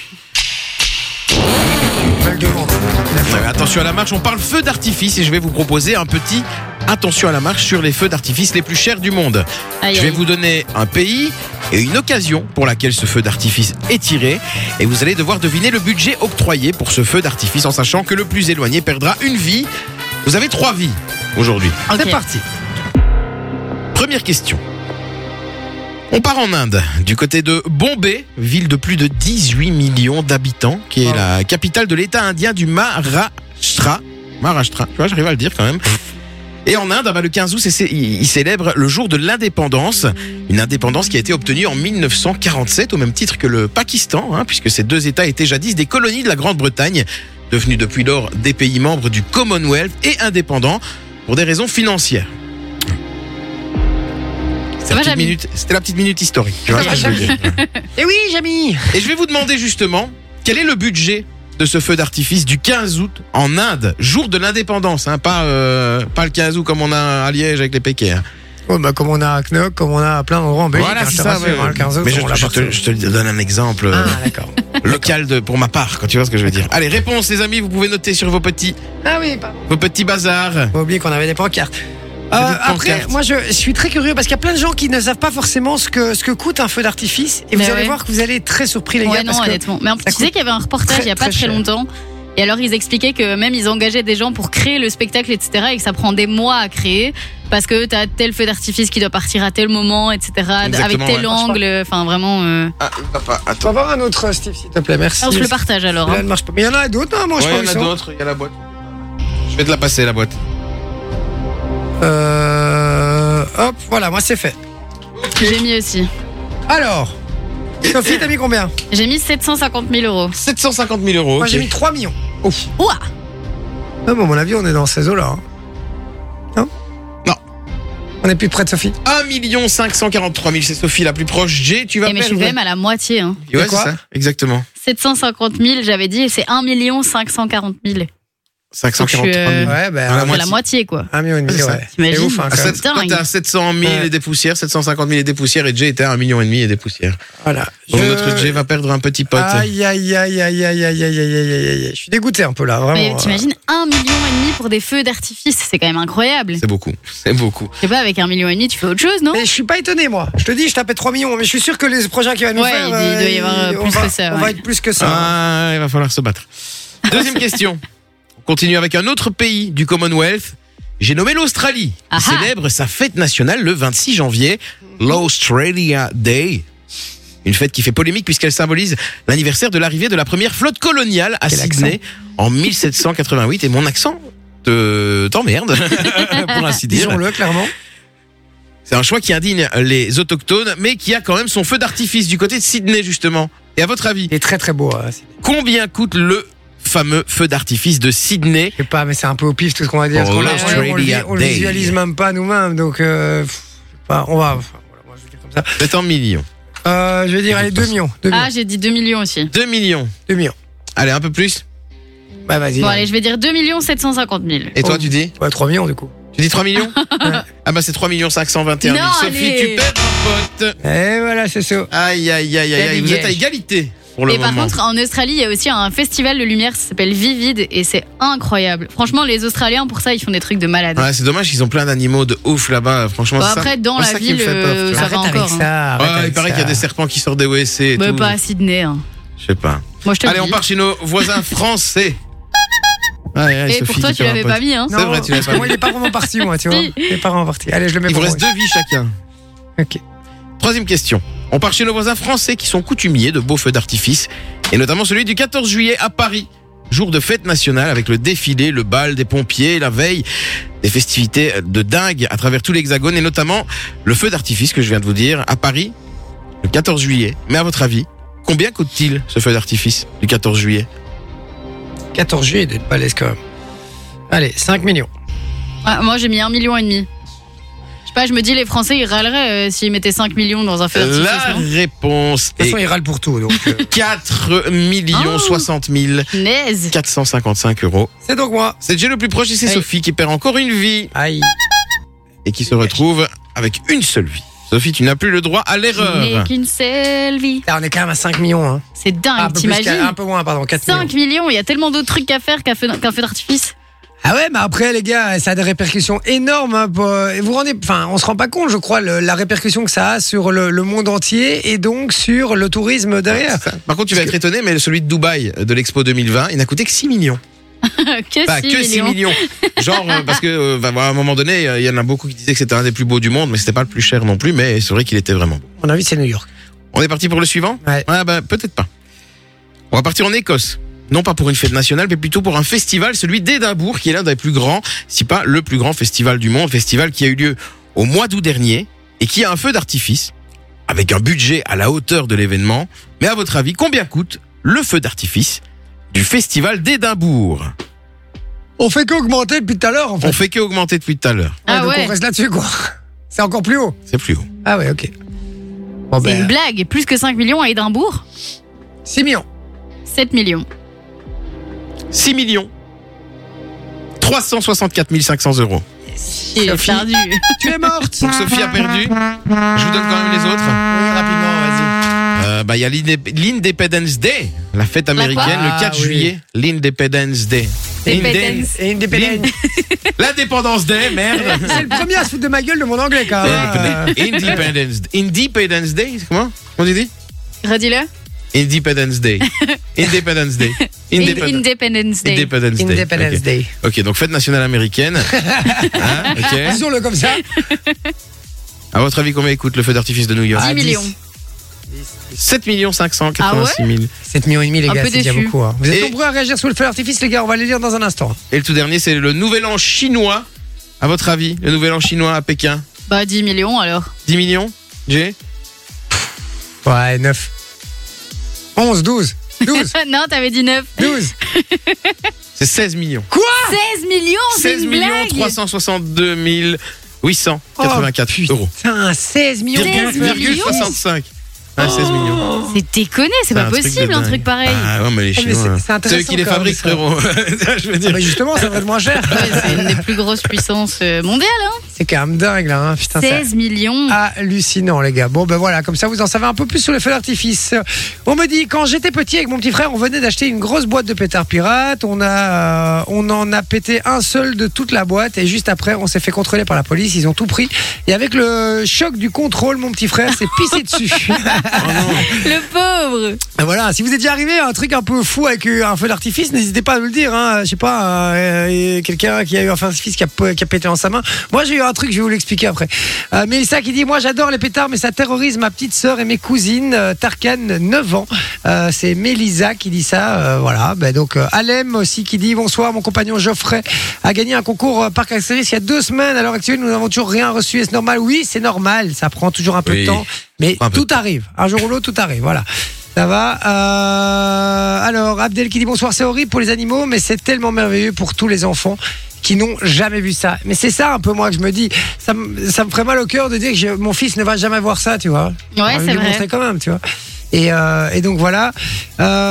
A: Je me le demande.
B: Ouais, mais attention à la marche, on parle feu d'artifice et je vais vous proposer un petit attention à la marche sur les feux d'artifice les plus chers du monde.
C: Aïe,
B: je vais
C: aïe.
B: vous donner un pays et une occasion pour laquelle ce feu d'artifice est tiré et vous allez devoir deviner le budget octroyé pour ce feu d'artifice en sachant que le plus éloigné perdra une vie. Vous avez trois vies aujourd'hui.
A: C'est
C: Ok.
A: parti.
B: Première question. On part en Inde, du côté de Bombay, ville de plus de 18 millions d'habitants, qui est
A: Wow.
B: la capitale de l'État indien du Maharashtra. Maharashtra, tu vois, j'arrive à le dire quand même. Et en Inde, ah bah, le 15 août, c'est- c'est- il il célèbre le jour de l'indépendance, une indépendance qui a été obtenue en 1947, au même titre que le Pakistan, hein, puisque ces deux États étaient jadis des colonies de la Grande-Bretagne, devenues depuis lors des pays membres du Commonwealth et indépendants pour des raisons financières. C'était
C: va,
B: la, petite
C: Jamy
B: minute- c'était la petite minute historique. tu vois
A: Ça
B: ce
A: va,
B: que je veux dire.
A: Eh oui, Jamy
B: Et je vais vous demander justement, quel est le budget de ce feu d'artifice du 15 août en Inde, jour de l'indépendance, hein, pas, euh, pas le 15 août comme on a à Liège avec les Pékés. hein.
A: Oh, bah, comme on a à Knock, comme on a à plein d'endroits en Belgique. hein, je te rassure,
B: ouais.
A: hein, le 15 août,
B: Mais je,
A: on l'a
B: je
A: pas
B: te,
A: reçu.
B: je te donne un exemple euh,
A: Ah, d'accord.
B: local de, pour ma part, quand tu vois ce que je veux dire. Allez, réponse les amis, vous pouvez noter sur vos petits,
A: Ah oui, pardon.
B: vos petits bazars.
A: Pas oublier qu'on avait des pancartes.
B: Des
A: Euh,
B: petites
A: après,
B: pancartes.
A: moi je suis très curieux parce qu'il y a plein de gens qui ne savent pas forcément ce que, ce que coûte un feu d'artifice et vous
C: Mais
A: allez
C: ouais.
A: voir que vous allez être très surpris les
C: Ouais,
A: gars.
C: non,
A: parce que-
C: honnêtement. Mais en plus,
A: ça
C: tu sais
A: coûte
C: qu'il y avait un reportage
A: très,
C: il y a pas
A: très
C: très,
A: cher.
C: longtemps. Et alors, ils expliquaient que même ils engageaient des gens pour créer le spectacle, etc. Et que ça prend des mois à créer. Parce que t'as tel feu d'artifice qui doit partir à tel moment, etc. avec
B: Exactement,
C: tel
B: ouais.
C: angle. Enfin, vraiment. euh.
B: Ah, papa,
A: On
B: attends.
A: va voir un autre euh, Steve s'il te plaît, merci.
C: Alors, je le partage alors.
A: Là,
C: hein.
A: elle marche pas. Mais il y en a d'autres, non, moi
B: Ouais,
A: je
B: il y en
A: pense hein.
B: a
A: qu'ils sont-
B: d'autres, il y a la boîte. Je vais te la passer, la boîte.
A: Euh, Hop, voilà, moi c'est fait.
C: hein. J'ai mis aussi.
A: Alors, Sophie, t'as mis combien
C: J'ai mis 750 000 euros. Eh,
B: 750 000 euros.
A: Moi
B: ok.
A: j'ai mis 3 millions. Ouf.
C: Ouah
A: Non, bon, à mon avis, on est dans ces eaux-là. hein. Non
B: Non.
A: On est plus près de Sophie
B: 1 543 000, c'est Sophie la plus proche. G, tu vas
C: Et mais je suis
B: perdre.
C: quand même à la moitié. Hein.
B: Ouais, c'est
A: quoi
B: ça, exactement.
C: 750 000, j'avais dit, et c'est 1 540 000. Donc, je
B: 543
C: suis,
B: 000.
C: euh,
A: Ouais, ben.
B: À la
A: un-
C: C'est
B: moitié.
C: la moitié, quoi.
A: Un million et
B: Ah,
A: demi,
B: C'est ça.
A: ouais. C'est
C: T'imagines
A: ouf, hein,
B: À
A: quand même.
B: sept- Toi,
C: dingue.
B: t'es à 700 000
A: Ouais.
B: et des poussières, 750 000 et des poussières, et Jay était à 1,5 million et des poussières.
A: Voilà.
B: Donc
A: Je-
B: notre Jay va perdre un petit pote.
A: Aïe, aïe, aïe, aïe, aïe, aïe, aïe, aïe, aïe, aïe, aïe. Je suis dégoûté un peu là, vraiment.
C: Mais t'imagines 1 million et demi pour des feux d'artifice, c'est quand même incroyable.
B: C'est beaucoup, c'est beaucoup.
C: Je sais pas, avec un million et demi, tu fais autre chose, non
A: Mais je suis pas étonné, moi. Je te dis, je tapais 3 millions, mais je suis sûr que les prochains qui va nous
C: Ouais,
A: faire.
C: il doit y
A: euh,
C: avoir
A: ils-
C: plus
A: on va-
C: que ça,
A: On
C: ouais.
A: va être plus que ça.
B: Ah, il va falloir se battre. Deuxième question. On continue avec un autre pays du Commonwealth. J'ai nommé l'Australie.
C: Ah
B: qui
C: ah.
B: célèbre sa fête nationale le 26 janvier, l'Australia Day. Une fête qui fait polémique puisqu'elle symbolise l'anniversaire de l'arrivée de la première flotte coloniale à
A: Quel
B: Sydney en 1788. Et mon accent te- t'emmerde, pour ainsi dire.
A: Disons-le clairement.
B: C'est un choix qui indigne les autochtones, mais qui a quand même son feu d'artifice du côté de Sydney, justement. Et à votre avis,
A: Il est très très beau. hein.
B: combien coûte le fameux feu d'artifice de Sydney
A: Je sais pas, mais c'est un peu au pif tout ce qu'on va dire.
B: Oh,
A: parce qu'on l'a-
B: l'Australia
A: on, le- on le
B: Day.
A: visualise même pas nous-mêmes, donc euh, pff, je sais pas, on va. enfin, voilà, moi, je vais dire comme ça.
B: C'est en millions.
A: Euh, je vais dire, allez, 2 millions. 2 millions.
C: Ah, j'ai dit 2 millions aussi.
B: 2 millions.
A: 2 millions.
B: Allez, un peu plus.
A: Bah vas-y.
C: Bon, allez, je vais dire 2 millions 750 000.
B: Et toi,
A: Oh.
B: tu dis
A: Ouais, 3 millions du coup.
B: Tu dis 3 millions Ah bah c'est 3 millions 521 000.
C: Non,
B: Sophie,
C: allez.
B: tu perds un pote.
A: Et voilà, c'est ça.
B: Aïe, aïe, aïe, aïe,
A: Quel
B: aïe. Vous êtes à
A: dégage.
B: égalité pour le
C: et par
B: moment.
C: contre, en Australie, il y a aussi un festival de lumière, ça s'appelle Vivid, et c'est incroyable. Franchement, les Australiens, pour ça, ils font des trucs de malade.
B: Ouais, c'est dommage, ils ont plein d'animaux de ouf là-bas. Franchement,
C: Bon,
B: c'est ça-
C: Bah, après, dans
B: c'est
C: la
B: ça qui me
C: ville,
B: fait peur, tu
C: euh,
B: vois.
C: ça
A: Arrête
C: va
A: avec
C: encore. hein.
A: ça. arrête
B: Ouais, il
A: avec
B: paraît
A: ça.
B: qu'il y a des serpents qui sortent des WC et
C: Mais
B: tout.
C: pas à Sydney. hein.
B: Je sais pas.
C: Moi, je te le
B: Allez, on
C: dis.
B: part chez nos voisins français.
C: Et pour toi, tu l'avais pas mis, hein
B: C'est vrai, tu l'as
A: parce que
B: pas
A: Moi, il est pas vraiment parti, moi, tu vois.
C: Si.
A: Il est pas vraiment parti. Allez, je le mets
B: Il vous
A: pour
B: reste
A: moi.
B: deux vies chacun.
A: Ok.
B: Troisième question. On part chez nos voisins français qui sont coutumiers de beaux feux d'artifice, et notamment celui du 14 juillet à Paris. Jour de fête nationale avec le défilé, le bal des pompiers, la veille, des festivités de dingue à travers tout l'Hexagone, et notamment le feu d'artifice que je viens de vous dire à Paris, le 14 juillet. Mais à votre avis, combien coûte-t-il ce feu d'artifice du 14 juillet
A: 14 juillet, d'être balèze quand même. Allez, 5 millions.
C: Ouais, Ah, moi, j'ai mis 1 million et demi. Je sais pas, je me dis, les Français, ils râleraient euh, s'ils mettaient 5 millions dans un feu d'artifice.
B: La
C: non
B: réponse
A: De toute
B: est
A: façon, il râle pour tout. Donc, euh,
B: 4 millions
C: Oh.
B: 60 000
C: Punaise.
B: 455 euros.
A: c'est donc moi.
B: C'est déjà le plus proche et c'est
A: Aïe.
B: Sophie qui perd encore une vie
A: Aïe.
B: et qui se retrouve avec une seule vie. Sophie, tu n'as plus le droit à
C: Je n'ai
B: l'erreur.
C: qu'une seule vie.
A: Là, Ah, on est quand même à 5 millions. Hein.
C: C'est
A: Ah,
C: dingue,
A: un, peu plus qu'à-
C: t'imagines
A: un peu moins, pardon, 4 millions.
C: 5 millions, il y a tellement d'autres trucs à faire qu'un feu, qu'un feu d'artifice.
A: Ah ouais, mais après, les gars, ça a des répercussions énormes. Hein, pour- et vous rendez, enfin, on se rend pas compte, je crois, le- la répercussion que ça a sur le, le monde entier et donc sur le tourisme derrière.
B: Par contre, tu vas être étonné, mais celui de Dubaï euh, de l'Expo 2020, il n'a coûté que 6 millions.
C: que 6
B: Pas Bah, que 6
C: millions.
B: millions. Genre, euh, parce que euh, bah, à un moment donné, euh, il y en a beaucoup qui disaient que c'était un des plus beaux du monde, mais c'était pas le plus cher non plus, mais c'est vrai qu'il était vraiment beau.
A: À Mon avis, c'est New York.
B: On est parti pour le suivant
A: Ouais.
B: Ah bah peut-être pas. On va partir en Écosse. non pas pour une fête nationale, mais plutôt pour un festival, celui d'Édimbourg, qui est l'un des plus grands, si pas le plus grand festival du monde, festival qui a eu lieu au mois d'août dernier et qui a un feu d'artifice avec un budget à la hauteur de l'événement. Mais à votre avis, combien coûte le feu d'artifice du festival d'Édimbourg
A: On fait qu'augmenter depuis tout à l'heure en fait.
B: On fait que augmenter depuis tout à l'heure.
C: Ah
A: donc
C: ouais.
A: On reste là-dessus quoi. C'est encore plus haut.
B: C'est plus haut.
A: Ah ouais, ok. Bon,
C: C'est une
A: ben,
C: blague. Plus que 5 millions à Édimbourg
A: 6 millions.
C: 7 millions.
B: 6 millions 364 500 euros.
C: J'ai
A: Sophie.
C: perdu.
A: tu es morte
B: Donc Sophie a perdu. Je vous donne quand même les autres.
A: Oui, rapidement, vas-y.
B: Euh, bah, il y a l'Indép- l'Independence Day, la fête américaine,
A: quoi
B: le 4
A: Ah, oui.
B: juillet. L'Independence Day.
C: Independence.
A: Et une
B: L'Inde-
A: dépendance.
B: L'Independence Day, merde.
A: C'est le premier à se foutre de ma gueule de mon anglais quand même.
B: Independence Independence Independence Day, c'est comment Comment tu dis
C: Redis-le.
B: Independence Day. Independence Day. Independence
C: Independence Day.
B: Independence Day.
A: Ah, Independence
B: Ok.
A: Day.
B: Ok, donc fête nationale américaine. Hein, ok.
A: Disons-le comme ça.
B: À votre avis, combien écoute le feu d'artifice de New York
C: 10 millions.
B: 7 586 000.
A: 7 millions et demi, les
C: Un
A: gars,
C: peu
A: c'est déjà
C: déçu.
A: beaucoup. hein. Vous êtes
B: Et-
A: nombreux à réagir sur le feu d'artifice, les gars, on va les lire dans un instant.
B: Et le tout dernier, c'est le nouvel an chinois. À votre avis, le nouvel an chinois à Pékin
C: Bah 10 millions alors.
B: 10 millions J'ai
A: Ouais, 9. 11, 12. 12,
C: non, t'avais dit 9.
A: 12.
B: C'est 16 millions.
C: 16 millions, c'est
B: 16
C: une
B: Ah. millions
C: blague
B: 362 884
A: Oh,
B: euros.
A: Putain, 16 millions.
C: 16
A: Virgule-
C: millions. Oh,
B: 65. Ah, 16 millions.
C: C'est déconné, c'est
B: C'est
C: pas
B: un truc de
C: possible un
B: dingue.
C: truc pareil.
B: Ah ouais, mais les
A: Ah, mais
B: Chinois.
A: c'est- c'est
B: C'est eux qui les
A: intéressant
B: fabriquent,
A: quand même,
B: frérot. Je veux
A: Ah,
B: dire.
A: bah justement, ça devrait être moins cher.
C: Ouais, c'est une des plus grosses puissances euh, mondiales. hein.
A: C'est quand même dingue, là. hein. Putain, c'est
C: 16 millions.
B: Ah.
A: hallucinant, les gars. Bon, ben voilà, comme ça, vous en savez un peu plus sur le feu d'artifice. On me dit, quand j'étais petit avec mon petit frère, on venait d'acheter une grosse boîte de pétards pirates. On, a, euh, on en a pété un seul de toute la boîte. Et juste après, on s'est fait contrôler par la police. Ils ont tout pris. Et avec le choc du contrôle, mon petit frère s'est pissé dessus.
C: Le pauvre.
A: Et Voilà, si vous êtes déjà arrivé à un truc un peu fou avec euh, un feu d'artifice, n'hésitez pas à nous le dire. Hein. Je sais pas, euh, euh, quelqu'un qui a eu un feu d'artifice qui a, pe- qui a pété en sa main. Moi, j'ai eu un truc, je vais vous l'expliquer après. Euh, Mélissa qui dit Moi, j'adore les pétards, mais ça terrorise ma petite sœur et mes cousines. Euh, Tarkan, 9 ans. Euh, C'est Mélissa qui dit ça. euh, voilà. Ben, donc, euh, Alem aussi qui dit Bonsoir, mon compagnon Geoffrey a gagné un concours euh, Parc Astérix il y a deux semaines. À l'heure actuelle, nous n'avons toujours rien reçu. Est-ce normal Oui, c'est normal. Ça prend toujours un peu de
B: Oui.
A: temps. Mais
B: Un peu
A: tout arrive. Un jour ou l'autre, tout arrive. Voilà. Ça va. Euh, alors, Abdel qui dit bonsoir, c'est horrible pour les animaux, mais c'est tellement merveilleux pour tous les enfants qui n'ont jamais vu ça. Mais c'est ça un peu moi que je me dis. Ça, me- ça me ferait mal au cœur de dire que j'ai- mon fils ne va jamais voir ça, tu vois.
C: Ouais,
A: On va
C: c'est
A: lui
C: vrai.
A: montrer quand même, tu vois. Et, euh, et donc voilà.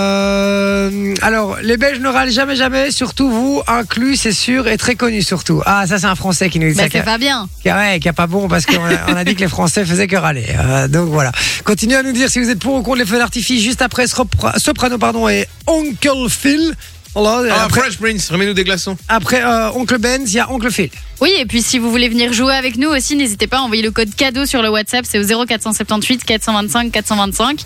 A: Euh, alors, les Belges ne râlent jamais, jamais, surtout vous, inclus, c'est sûr, et très connu surtout. Ah, ça c'est un Français qui nous dit
C: Bah,
A: ça.
C: c'est pas bien.
A: Qui a- ouais, qui a pas bon parce qu'on a, on a dit que les Français faisaient que râler. Euh, donc voilà. Continuez à nous dire si vous êtes pour ou contre les feux d'artifice juste après Sopra- Soprano pardon, et Uncle Phil. Voilà, et
B: Ah,
A: après
B: Fresh Prince, remets-nous des glaçons.
A: après euh, Oncle Benz, il y a Oncle Phil.
C: Oui, et puis si vous voulez venir jouer avec nous aussi, n'hésitez pas à envoyer le code cadeau sur le WhatsApp, c'est au 0478 425 425.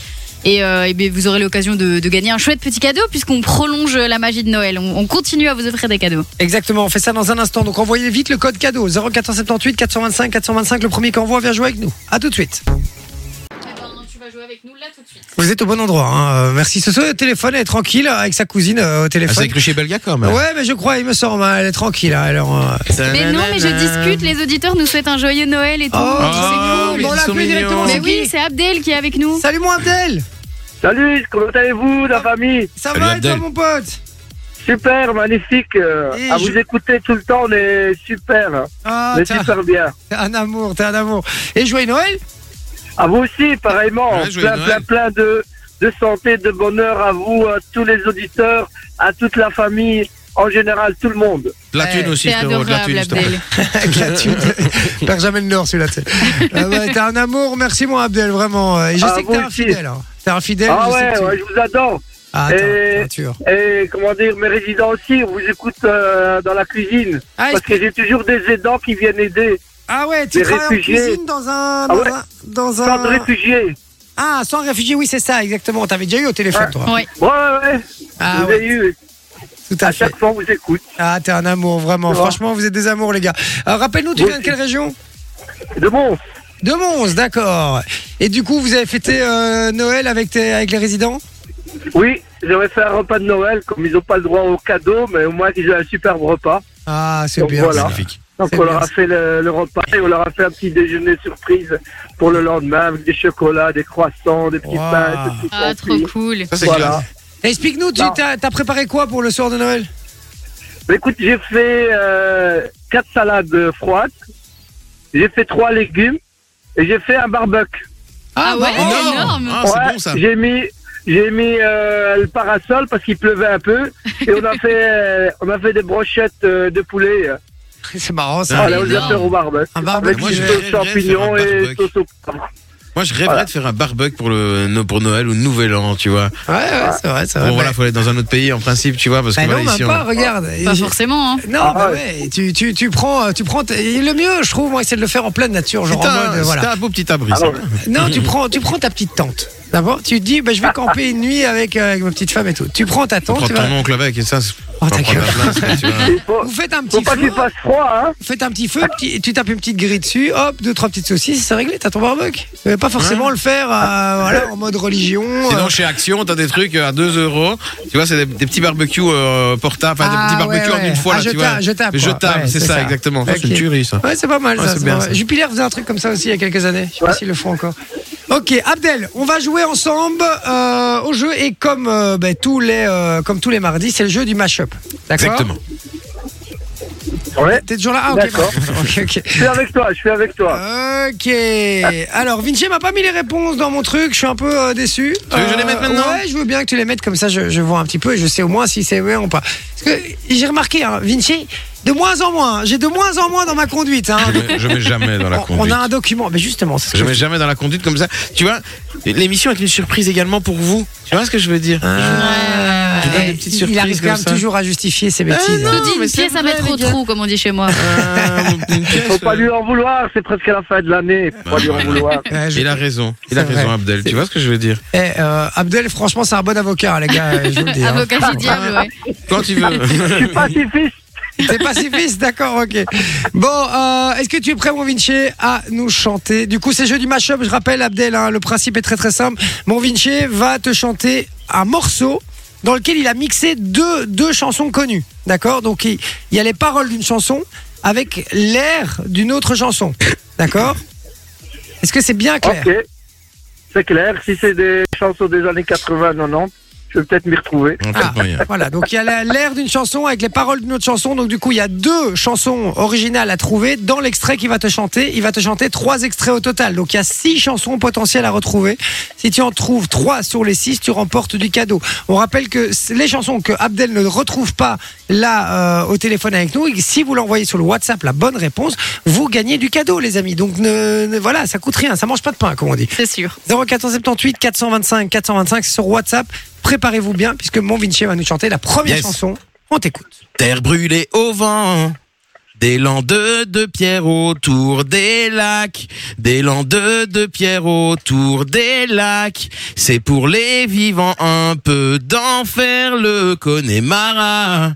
C: Et, euh, eh bien, vous aurez l'occasion de, de gagner un chouette petit cadeau puisqu'on prolonge la magie de Noël. On, on continue à vous offrir des cadeaux.
A: Exactement, on fait ça dans un instant. Donc envoyez vite le code cadeau 0478 425 425. Le premier qui envoie vient jouer avec nous. À tout de suite.
C: Eh ben, tu vas jouer avec nous là tout de suite.
A: Vous êtes au bon endroit. hein. Euh, Merci. Ce soir, téléphone, elle est tranquille avec sa cousine euh, au
B: Ah,
A: téléphone.
B: c'est écrit chez Belga quand même.
A: ouais, mais je crois, il me semble, hein, elle est tranquille. hein. Alors, euh,
C: Mais non, mais je discute, les auditeurs nous souhaitent un joyeux Noël et tout.
A: Oh,
C: Donc,
B: Oh,
A: c'est cool.
B: mais
A: Bon, on
B: ils
A: l'a
B: sont
A: plus directement,
B: mignons.
C: Mais
A: c'est
C: oui,
A: qui
C: c'est Abdel qui est avec
B: Mmh.
C: nous.
A: Salut mon Abdel
F: Salut, comment allez-vous, la famille
A: Ça
B: Salut,
A: va et toi
B: Abdel.
A: mon pote
F: Super, magnifique. euh,
A: Et
F: à
A: je-
F: vous écouter tout le temps, on est super. hein,
A: Ah,
F: on est
A: t'es
F: super bien.
A: t'es un amour, t'es un amour. Et joyeux Noël
F: À vous aussi, pareillement.
B: Ouais, joyeux
F: plein,
B: Noël.
F: plein, plein de, de santé, de bonheur à vous, à tous les auditeurs, à toute la famille, en général, tout le monde.
B: De la thune
A: Ouais,
B: aussi,
C: C'est
B: frérot, de la
C: adorable,
B: thune. s'il te plaît.
C: Abdel.
A: Avec la thune. Perds jamais le nord celui-là, tu sais. Euh, ouais, T'es un amour, merci mon Abdel, vraiment. Et je
F: Ah,
A: sais que
F: vous
A: t'es un
F: aussi.
A: fidèle. hein. T'es un fidèle,
F: ah
A: je sais que
F: ouais,
A: tu-
F: ouais, je vous adore.
A: Ah, attends,
F: Et-
A: peinture.
F: Et comment dire, mes résidents aussi, on vous écoute euh, dans la cuisine.
A: Ah,
F: Parce que j'ai toujours des aidants qui viennent aider.
A: ah ouais, tu
F: les
A: travailles en
F: réfugiés.
A: cuisine dans un...
F: Ah
A: Dans
F: ouais.
A: un, dans
F: Tant de
A: un...
F: réfugiés.
A: Ah, sans réfugié, oui, c'est ça, exactement. T'avais déjà eu au téléphone,
F: Ouais.
A: toi.
C: Ouais.
F: Ouais, ouais, ouais.
A: Ah
F: vous
A: ouais,
F: avez eu.
A: tout
F: À
A: à fait.
F: chaque fois, on vous écoute.
A: Ah, t'es un amour, vraiment.
F: Ouais.
A: Franchement, vous êtes des amours, les gars. Euh, Rappelle-nous, tu
F: Oui.
A: viens de quelle région
F: De bon.
A: De Mons, d'accord. Et du coup, vous avez fêté euh, Noël avec, tes- avec les résidents
F: Oui, J'aurais fait un repas de Noël, comme ils n'ont pas le droit aux cadeaux, mais au moins ils ont un superbe repas.
A: Ah, c'est
F: Donc
A: bien.
F: voilà.
A: ça.
B: Magnifique.
F: Donc
A: C'est
F: on
A: bien,
F: leur a
A: ça.
F: fait le, le repas et on leur a fait un petit déjeuner surprise pour le lendemain avec des chocolats, des croissants, des petits
A: Wow.
F: pains, des petits
C: Ah, trop
F: confits.
C: cool.
B: Ça, c'est
F: Voilà.
B: classe.
A: Explique-nous, tu
F: Non.
A: t'as t'as préparé quoi pour le soir de Noël
F: Bah, Écoute, j'ai fait euh, quatre salades euh, froides, j'ai fait trois légumes et j'ai fait un barbecue.
C: Ah ouais,
A: marrant.
C: énorme.
B: Ah, c'est
F: Ouais,
B: bon ça.
F: J'ai mis j'ai mis euh, le parasol parce qu'il pleuvait un peu et on a fait euh, on a fait des brochettes euh, de poulet. euh,
A: C'est marrant ça.
B: Ah,
F: voilà, on les a
C: énorme.
F: fait au barbecue.
A: Un barbecue.
F: Avec
A: Moi,
F: des
A: je
F: sauces
B: rêverais de faire un
F: champignons et
B: barbecue.
F: sauce au poivre.
B: Moi, je rêverais
F: Voilà.
B: de faire un barbecue pour, le, no- pour Noël ou Nouvel An, tu vois.
A: Ouais, ouais, c'est vrai, c'est
B: Bon,
A: vrai.
B: voilà,
A: Bah,
B: faut aller dans un autre pays en principe, tu vois, parce que
A: bah non,
B: voilà, ici,
A: même
B: on-
A: pas, regarde.
C: Pas
A: Il-
C: forcément. hein.
A: Non,
F: Ah
A: bah ouais, tu, tu, tu prends, euh, tu prends, t- et le mieux, je trouve, moi, c'est de le faire en pleine nature, genre
B: C'était
A: en mode,
B: un,
A: euh,
B: c'était
A: voilà.
B: un beau petit abri.
F: Ah
B: ça.
F: non.
A: Non, tu prends, tu prends ta petite tente. D'abord, tu te dis, bah, je vais camper une nuit avec, euh, avec ma petite femme et tout. Tu prends ta
B: Tu
A: tente,
B: prends
A: tu
B: ton
A: vas-
B: oncle avec et ça, c'est
A: Oh,
B: pas
A: ta
B: prendre la place, là, tu vois.
F: Il faut,
A: vous faites un
F: faut
A: petit
F: pas
A: feu,
F: qu'il fasse froid, hein.
A: faites un petit feu, petit- tu tapes une petite grille dessus, hop, deux trois petites saucisses, c'est réglé, t'as ton barbecue. Tu vas pas forcément le faire, euh, voilà, en mode religion. euh,
B: Sinon, chez Action, t'as des trucs euh, à 2 euros. Tu vois, c'est des, des petits barbecues euh, portables, enfin
A: Ah,
B: des petits barbecues
A: ouais,
B: en
A: ouais.
B: une fois.
A: Ah,
B: là, tu
A: jetable,
B: vois.
A: jetable, quoi.
B: Jetable,
A: Ouais,
B: c'est
A: c'est
B: ça,
A: ça.
B: exactement. Ça, C'est
A: Ok.
B: une tuerie, ça.
A: Ouais, c'est pas mal
B: Ouais,
A: ça.
B: c'est
A: c'est
B: bien,
A: pas mal.
B: ça.
A: Jupiler faisait un truc comme ça aussi il y a quelques années. Je sais pas s'ils le font encore. Ok, Abdel, on va jouer ensemble euh, au jeu et comme euh, ben, tous les euh, comme tous les mardis, c'est le jeu du mashup. D'accord.
B: Exactement.
F: Ouais.
A: T'es toujours là Ah ok.
F: D'accord.
A: bah, ok, ok.
F: Je suis avec toi, je suis avec toi.
A: Ok. Alors Vinci m'a pas mis les réponses dans mon truc, je suis un peu euh, déçu.
B: Tu veux que je les mette maintenant
A: Ouais, je veux bien que tu les mettes comme ça, je, je vois un petit peu et je sais au moins si c'est vrai ou pas. Parce que j'ai remarqué, hein, Vinci, de moins en moins, hein, j'ai de moins en moins dans ma conduite. Hein.
B: Je mets- Je mets jamais dans la
A: On-
B: conduite.
A: On a un document, mais justement, c'est ce que
B: Je mets jamais dans la conduite comme ça. Tu vois, l'émission est une surprise également pour vous. Tu vois ce que je veux dire
A: Ah,
B: Je vous donne
A: ouais.
B: des petites
A: Il arrive
B: surprises
A: quand
B: comme
A: même
B: ça.
A: toujours à justifier ses
B: Ah,
A: bêtises.
B: non,
A: hein.
C: Tout dit,
B: mais
C: une
B: c'est
C: pièce à
B: vrai,
C: mettre
B: les
C: au
B: gars.
C: trou, comme on dit chez moi.
B: Euh, une pièce,
F: Faut pas
B: euh,
F: lui en vouloir, c'est presque la fin de l'année. Faut pas lui en vouloir.
A: Ouais, Ah, je-
B: Il a raison, il a
A: C'est
B: raison
A: vrai.
B: Abdel, tu vois ce que je veux dire
A: Eh, euh, Abdel, franchement, c'est un bon avocat, les gars. Je vous le dis, hein.
C: Avocat du diable, ouais.
B: Quand tu veux.
F: Je suis pacifiste.
A: T'es pacifiste, d'accord, ok. Bon, euh, est-ce que tu es prêt, mon Vinci, à nous chanter Du coup, c'est jeu du mashup, je rappelle, Abdel, hein, le principe est très très simple. Mon Vinci va te chanter un morceau dans lequel il a mixé deux, deux chansons connues, d'accord Donc, il, il y a les paroles d'une chanson avec l'air d'une autre chanson, d'accord Est-ce que c'est bien clair
F: Ok. C'est clair. Si c'est des chansons des années 80, 90, je vais peut-être m'y retrouver.
B: Non,
A: Ah.
B: peut-être moyen.
A: Voilà, donc il y a la- l'air d'une chanson avec les paroles d'une autre chanson. Donc du coup, il y a deux chansons originales à trouver dans l'extrait qu'il va te chanter. Il va te chanter trois extraits au total. Donc il y a six chansons potentielles à retrouver. Si tu en trouves trois sur les six, tu remportes du cadeau. On rappelle que c- les chansons que Abdel ne retrouve pas là euh, au téléphone avec nous, et si vous l'envoyez sur le WhatsApp la bonne réponse, vous gagnez du cadeau, les amis. Donc ne, ne- voilà, ça coûte rien, ça mange pas de pain, comme on dit.
C: C'est sûr.
A: 0478 425 425 c'est sur WhatsApp. Préparez-vous bien puisque mon Vinci va nous chanter la première
B: Yes.
A: chanson. On t'écoute.
B: Terre brûlée au vent. Des landes de pierre autour des lacs, des landes de pierre autour des lacs. C'est pour les vivants un peu d'enfer le Connemara.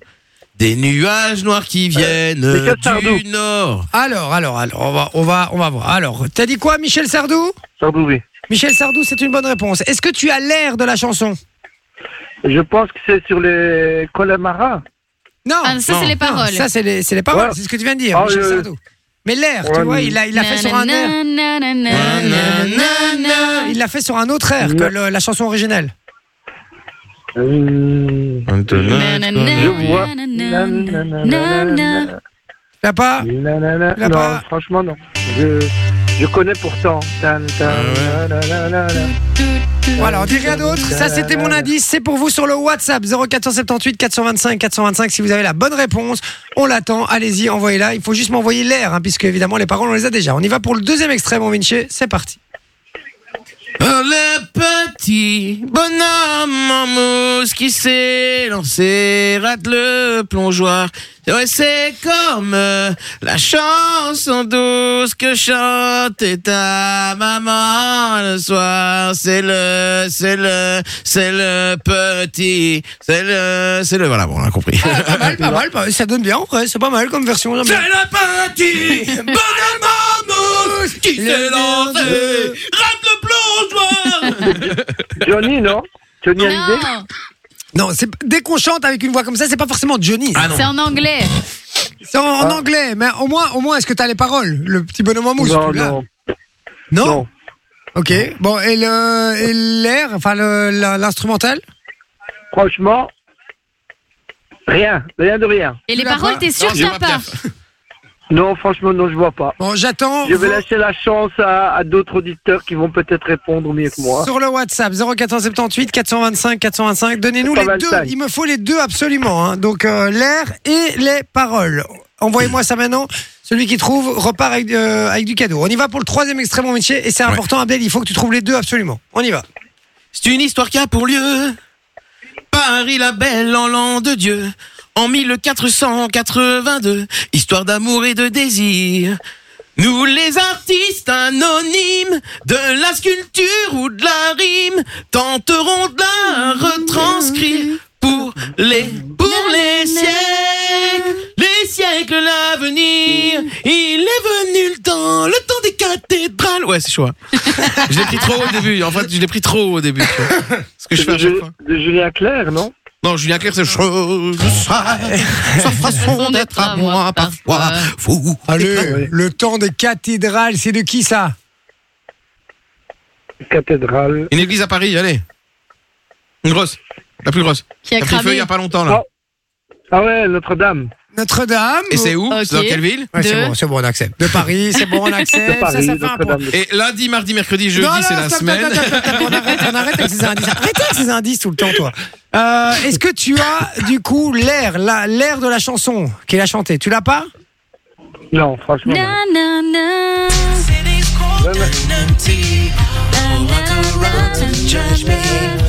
B: Des nuages noirs qui viennent
F: c'est Michel Sardou.
B: du nord.
A: Alors, alors, alors, on va, on va, on va voir. Alors, t'as dit quoi, Michel Sardou
F: Sans bruit.
A: Michel Sardou, c'est une bonne réponse. Est-ce que tu as l'air de la chanson
F: Je pense que c'est sur les Colomara.
A: Non.
C: Ah, ça,
B: non,
C: c'est les paroles.
A: Non, ça, c'est les, c'est les paroles,
F: Ouais.
A: c'est ce que tu viens de dire,
F: Ah,
A: Michel
F: je-
A: Sardou. Mais l'air, tu
F: Ouais,
A: vois,
F: mais-
A: il l'a il l'a fait sur un air.
C: Nananana.
A: Il l'a fait sur un autre air que
F: Non.
A: le- la chanson originale.
F: Euh, Je vois.
C: Nananana. Nananana.
A: T'as pas
F: Nanana.
A: Là
F: Non,
A: pas.
F: franchement, non. Je, je connais pourtant. Tan, tan,
B: Ah
F: nanana.
A: Voilà, on dit rien d'autre. Ça, c'était mon indice. C'est pour vous sur le WhatsApp 0478 425 425. Si vous avez la bonne réponse, on l'attend. Allez-y, envoyez-la. Il faut juste m'envoyer l'air, hein, puisque évidemment, les paroles, on les a déjà. On y va pour le deuxième extrait, mon Vinci. C'est parti.
B: Le petit bonhomme en mousse qui s'est lancé rate le plongeoir. Ouais, c'est comme euh, la chanson douce que chantait ta maman le soir. C'est le, c'est le, c'est le petit, c'est le, c'est le. Voilà, bon, on a compris.
A: Pas mal, pas mal. pas- Ça donne bien, en vrai. C'est pas mal comme version. j'aime
B: C'est
A: bien.
B: le petit bonhomme en mousse qui s'est lancé rate le plongeoir.
F: Johnny, non Johnny Hallyday
C: Non.
A: Non, c'est dès qu'on chante avec une voix comme ça, c'est pas forcément Johnny.
B: Ah non.
C: C'est en anglais.
A: C'est en, en anglais, mais au moins, au moins, est-ce que t'as les paroles Le petit bonhomme en mousse.
F: non,
A: tu l'as
F: non,
A: non,
F: non.
A: Ok. Bon, et le et l'air, enfin le- la- l'instrumental.
F: Franchement, rien, rien de rien.
C: Et les
A: l'as
C: paroles,
A: pas
C: t'es sûr que
B: j'ai
C: t'as pas
B: perf.
F: Non, franchement, non, je vois pas.
A: Bon, j'attends.
F: Je vais
A: vos-
F: lâcher la chance à, à d'autres auditeurs qui vont peut-être répondre mieux que moi.
A: Sur le WhatsApp 0478 425 425, donnez-nous les deux.
F: 425.
A: Il me faut les deux absolument. hein. Donc euh, l'air et les paroles. Envoyez-moi ça maintenant. Celui qui trouve repart avec, euh, avec du cadeau. On y va pour le troisième extrême mon métier et c'est important Abdel. Il faut que tu trouves les deux absolument. On y va.
B: C'est une histoire qui a pour lieu. Paris la belle en l'an de Dieu. En 1482, histoire d'amour et de désir. Nous les artistes anonymes de la sculpture ou de la rime tenterons de la retranscrire pour les pour les siècles, les siècles l'avenir. Il est venu le temps, le temps des cathédrales. Ouais, c'est chaud. hein. Je l'ai pris trop haut au début. En fait, je l'ai pris trop haut au début. tu vois. Ce que je fais à
F: de,
B: chaque fois.
F: de Julien Clerc, non
B: Non, Julien Clerc, c'est chose. Sa façon d'être à moi parfois. Fou.
A: Allez, le temps des cathédrales, c'est de qui ça
F: Cathédrale.
B: Une église à Paris, allez. Une grosse. La plus grosse.
C: qui a
B: T'as pris feu il y
C: cramé.
B: a pas longtemps, là.
F: Oh. Ah ouais, Notre-Dame.
A: Notre-Dame.
B: Et c'est où C'est
C: Ok.
B: dans quelle ville
A: Ouais, c'est
C: De-
A: bon, c'est bon, on accepte. De Paris, c'est bon, on accepte.
F: De Paris,
A: Eh, ça, ça fait un point.
F: Notre-Dame.
B: Et lundi, mardi, mercredi, jeudi,
A: Non, non,
B: c'est la
A: stop, stop,
B: semaine.
A: stop, stop, stop, on arrête, on arrête avec ces indices. Arrêtez avec ces indices tout le temps, toi. Euh, Est-ce que tu as, du coup, l'air, la- l'air de la chanson qu'il a chantée Tu l'as pas
F: Non, franchement. non.
C: Na, na, na.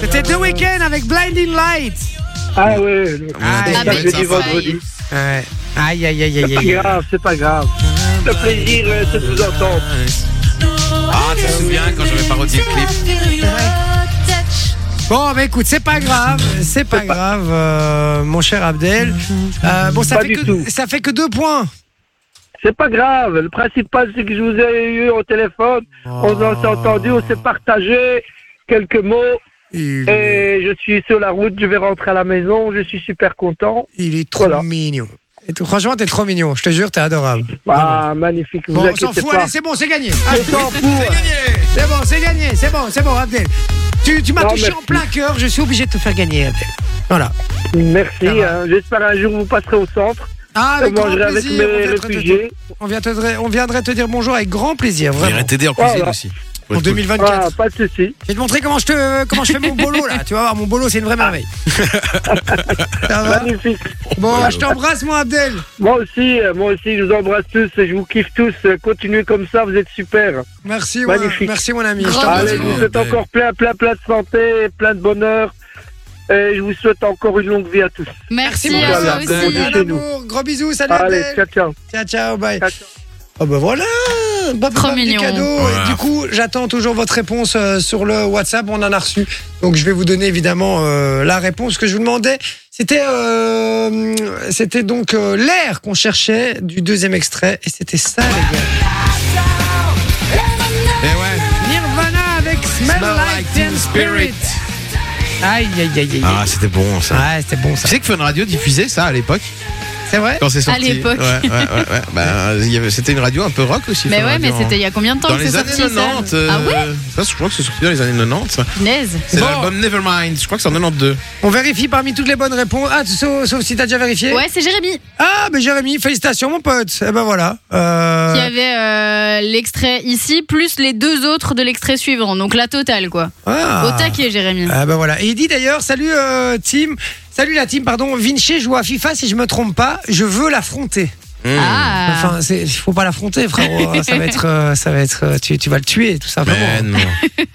A: C'était The Weeknd avec Blinding Light.
F: Ah ouais, le-
A: Ah,
F: c'est
A: ah,
F: ça
A: mais
F: que
A: ça,
F: j'ai dit
C: ça y est.
F: vendredi.
A: Ouais. Aïe, aïe, aïe,
F: C'est
A: aïe,
F: pas
A: aïe.
F: grave, c'est pas grave. Le plaisir, euh, c'est de vous entendre.
B: Ah, tu te souviens quand j'avais parodié le clip
A: Bon, bah écoute, c'est pas grave, c'est pas grave, euh, mon cher Abdel. Euh, bon, ça
F: Pas
A: fait,
F: du
A: que,
F: tout.
A: ça fait que deux points.
F: C'est pas grave. Le principal, c'est que je vous ai eu au téléphone. On s'est entendu, on s'est partagé quelques mots.
A: Oh, Il, est-
F: Et je suis sur la route, je vais rentrer à la maison. Je suis super content.
A: il est trop
F: Voilà.
A: mignon. Et tout- franchement, t'es trop mignon, je te jure, t'es adorable.
F: Ah, magnifique. Vous
A: Bon, on s'en
F: inquiétez
A: fout,
F: pas.
A: allez, c'est bon, c'est gagné.
F: Je t'en fous.
A: C'est bon, c'est gagné, c'est bon, c'est bon, Abdel. Tu, tu m'as
F: Non,
A: touché
F: merci.
A: en plein cœur, je suis obligé de te faire gagner, Abdel. Voilà.
F: Merci.
A: Ça va.
F: hein. J'espère un jour vous passerez au centre.
A: Ah,
F: Je
A: avec grand
F: mangerai avec
A: plaisir.
F: mes
A: on, viendrait te-
F: réfugiés.
A: on viendrait- on viendrait te dire bonjour avec grand plaisir, vraiment.
B: t'aider en
F: Voilà.
B: aussi.
A: En 2024.
F: Ah, pas de souci.
A: Je vais te montrer comment je, te, comment je fais mon bolo, là. Tu vas voir, mon bolo, c'est une vraie merveille. Ça va
F: Magnifique.
A: Bon, je t'embrasse, mon Abdel.
F: Moi aussi, euh, moi aussi, je vous embrasse tous. et Je vous kiffe tous. Euh, Continuez comme ça, vous êtes super.
A: Merci, mon,
F: Magnifique.
A: merci, mon ami. Je
C: Grand
A: t'embrasse.
F: Allez, je vous souhaite
B: Belle.
F: encore plein, plein, plein de santé, plein de bonheur. Et je vous souhaite encore une longue vie à tous.
C: Merci,
A: mon
C: à
F: Voilà,
C: toi
A: Abdel.
F: comme on
C: aussi.
F: dit.
A: Un
F: chez nous.
A: amour. Gros bisous, salut,
F: Allez,
A: Abdel.
F: ciao, ciao.
A: Ciao, ciao, bye.
F: Ciao, ciao.
A: Oh bah voilà bah, bah,
C: Trop
A: bah, du
C: mignon.
A: cadeau. Et
B: Voilà.
A: Du coup, j'attends toujours votre réponse euh, sur le WhatsApp. On en a reçu. Donc, je vais vous donner évidemment euh, la réponse que je vous demandais. C'était euh, c'était donc euh, l'air qu'on cherchait du deuxième extrait. Et c'était ça, les gars.
B: Eh ouais.
A: Nirvana avec Smell,
B: Smell
A: Like
B: Like
A: Teen
B: Teen
A: Spirit. Aïe, aïe, aïe, aïe.
B: Ah, c'était bon ça.
A: Ouais, c'était bon ça.
B: Tu sais que Fun Radio diffusait ça à l'époque
A: C'est vrai
B: quand c'est sorti.
C: À l'époque.
B: Ouais, ouais, ouais, ouais. Bah, il y avait- c'était une radio un peu rock aussi.
C: Mais
B: Fun
C: ouais,
B: Radio,
C: mais
B: en-
C: c'était il y a combien de temps
B: dans
C: que c'est
B: les années
C: sorti ça
B: 90.
C: Ah ouais
B: euh, ça, je crois que c'est sorti dans les années 90. ça.
C: Punaise.
B: C'est
A: Bon.
B: l'album Nevermind. Je crois que c'est en 92.
A: On vérifie parmi toutes les bonnes réponses. Ah, sauf, sauf si t'as déjà vérifié.
C: Ouais, c'est Jérémy
A: Ah, mais Jérémy, félicitations mon pote. Eh ben voilà. Euh...
C: qui avait euh, l'extrait ici, plus les deux autres de l'extrait suivant. Donc la totale, quoi.
A: Ah.
C: Au taquet, Jérémy.
A: Ah bah voilà. Et il dit d'ailleurs, salut euh, team, salut la team, pardon, Vinci joue à FIFA si je me trompe pas, je veux l'affronter.
C: Ah.
A: Enfin, c'est- il faut pas l'affronter frérot, ça va être, euh, ça va être, euh, tu, tu vas le tuer tout simplement.
B: Mais non.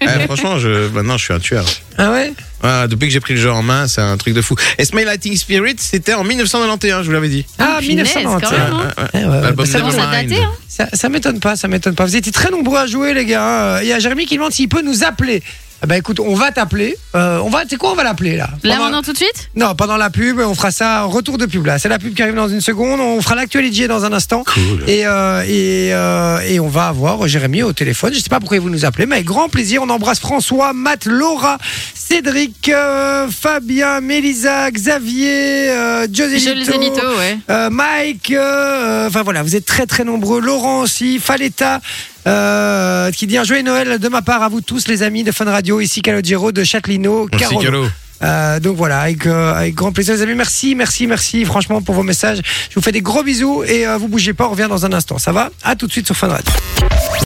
B: Eh, franchement, je, maintenant, je suis un tueur.
A: Ah ouais
B: Ah, depuis que j'ai pris le jeu en main, c'est un truc de fou. Et Smile Lighting Spirit, c'était en 1991, je vous l'avais dit.
A: Ah,
C: punaise,
A: 1991.
C: quand même, hein.
A: Eh ouais, ouais.
B: L'album
A: Bah, ça,
C: Bon, ça
B: Nevermind.
C: datait, hein.
A: ça, ça m'étonne pas, ça m'étonne pas. Vous étiez très nombreux à jouer les gars. hein. Il y a Jérémy qui demande s'il peut nous appeler. Eh ben, écoute, on va t'appeler. Euh, on va, tu sais quoi, on va l'appeler là.
C: Là
A: Pendant-
C: maintenant tout de suite
A: Non, pendant la pub, on fera ça. Retour de pub là. C'est la pub qui arrive dans une seconde. On fera l'actualité dans un instant. Et, euh, et, euh, et on va avoir Jérémy au téléphone. Je sais pas pourquoi vous nous appelez, mais avec grand plaisir. On embrasse François, Matt, Laura, Cédric, euh, Fabien, Mélisa, Xavier, euh,
C: Je
A: Joselito,
C: les ai mythos, ouais.
A: euh, Mike. euh, Enfin voilà, vous êtes très très nombreux. Laurent aussi, Faletta. euh, qui dit un joyeux Noël de ma part à vous tous les amis de Fun Radio ici Calogero de Châtelineau
B: Merci,
A: Carolo.
B: Calo.
A: Euh, donc voilà, avec, euh, avec grand plaisir les amis. Merci, merci, merci franchement pour vos messages. Je vous fais des gros bisous et euh, vous bougez pas, on revient dans un instant. Ça va À tout de suite sur Fun Radio.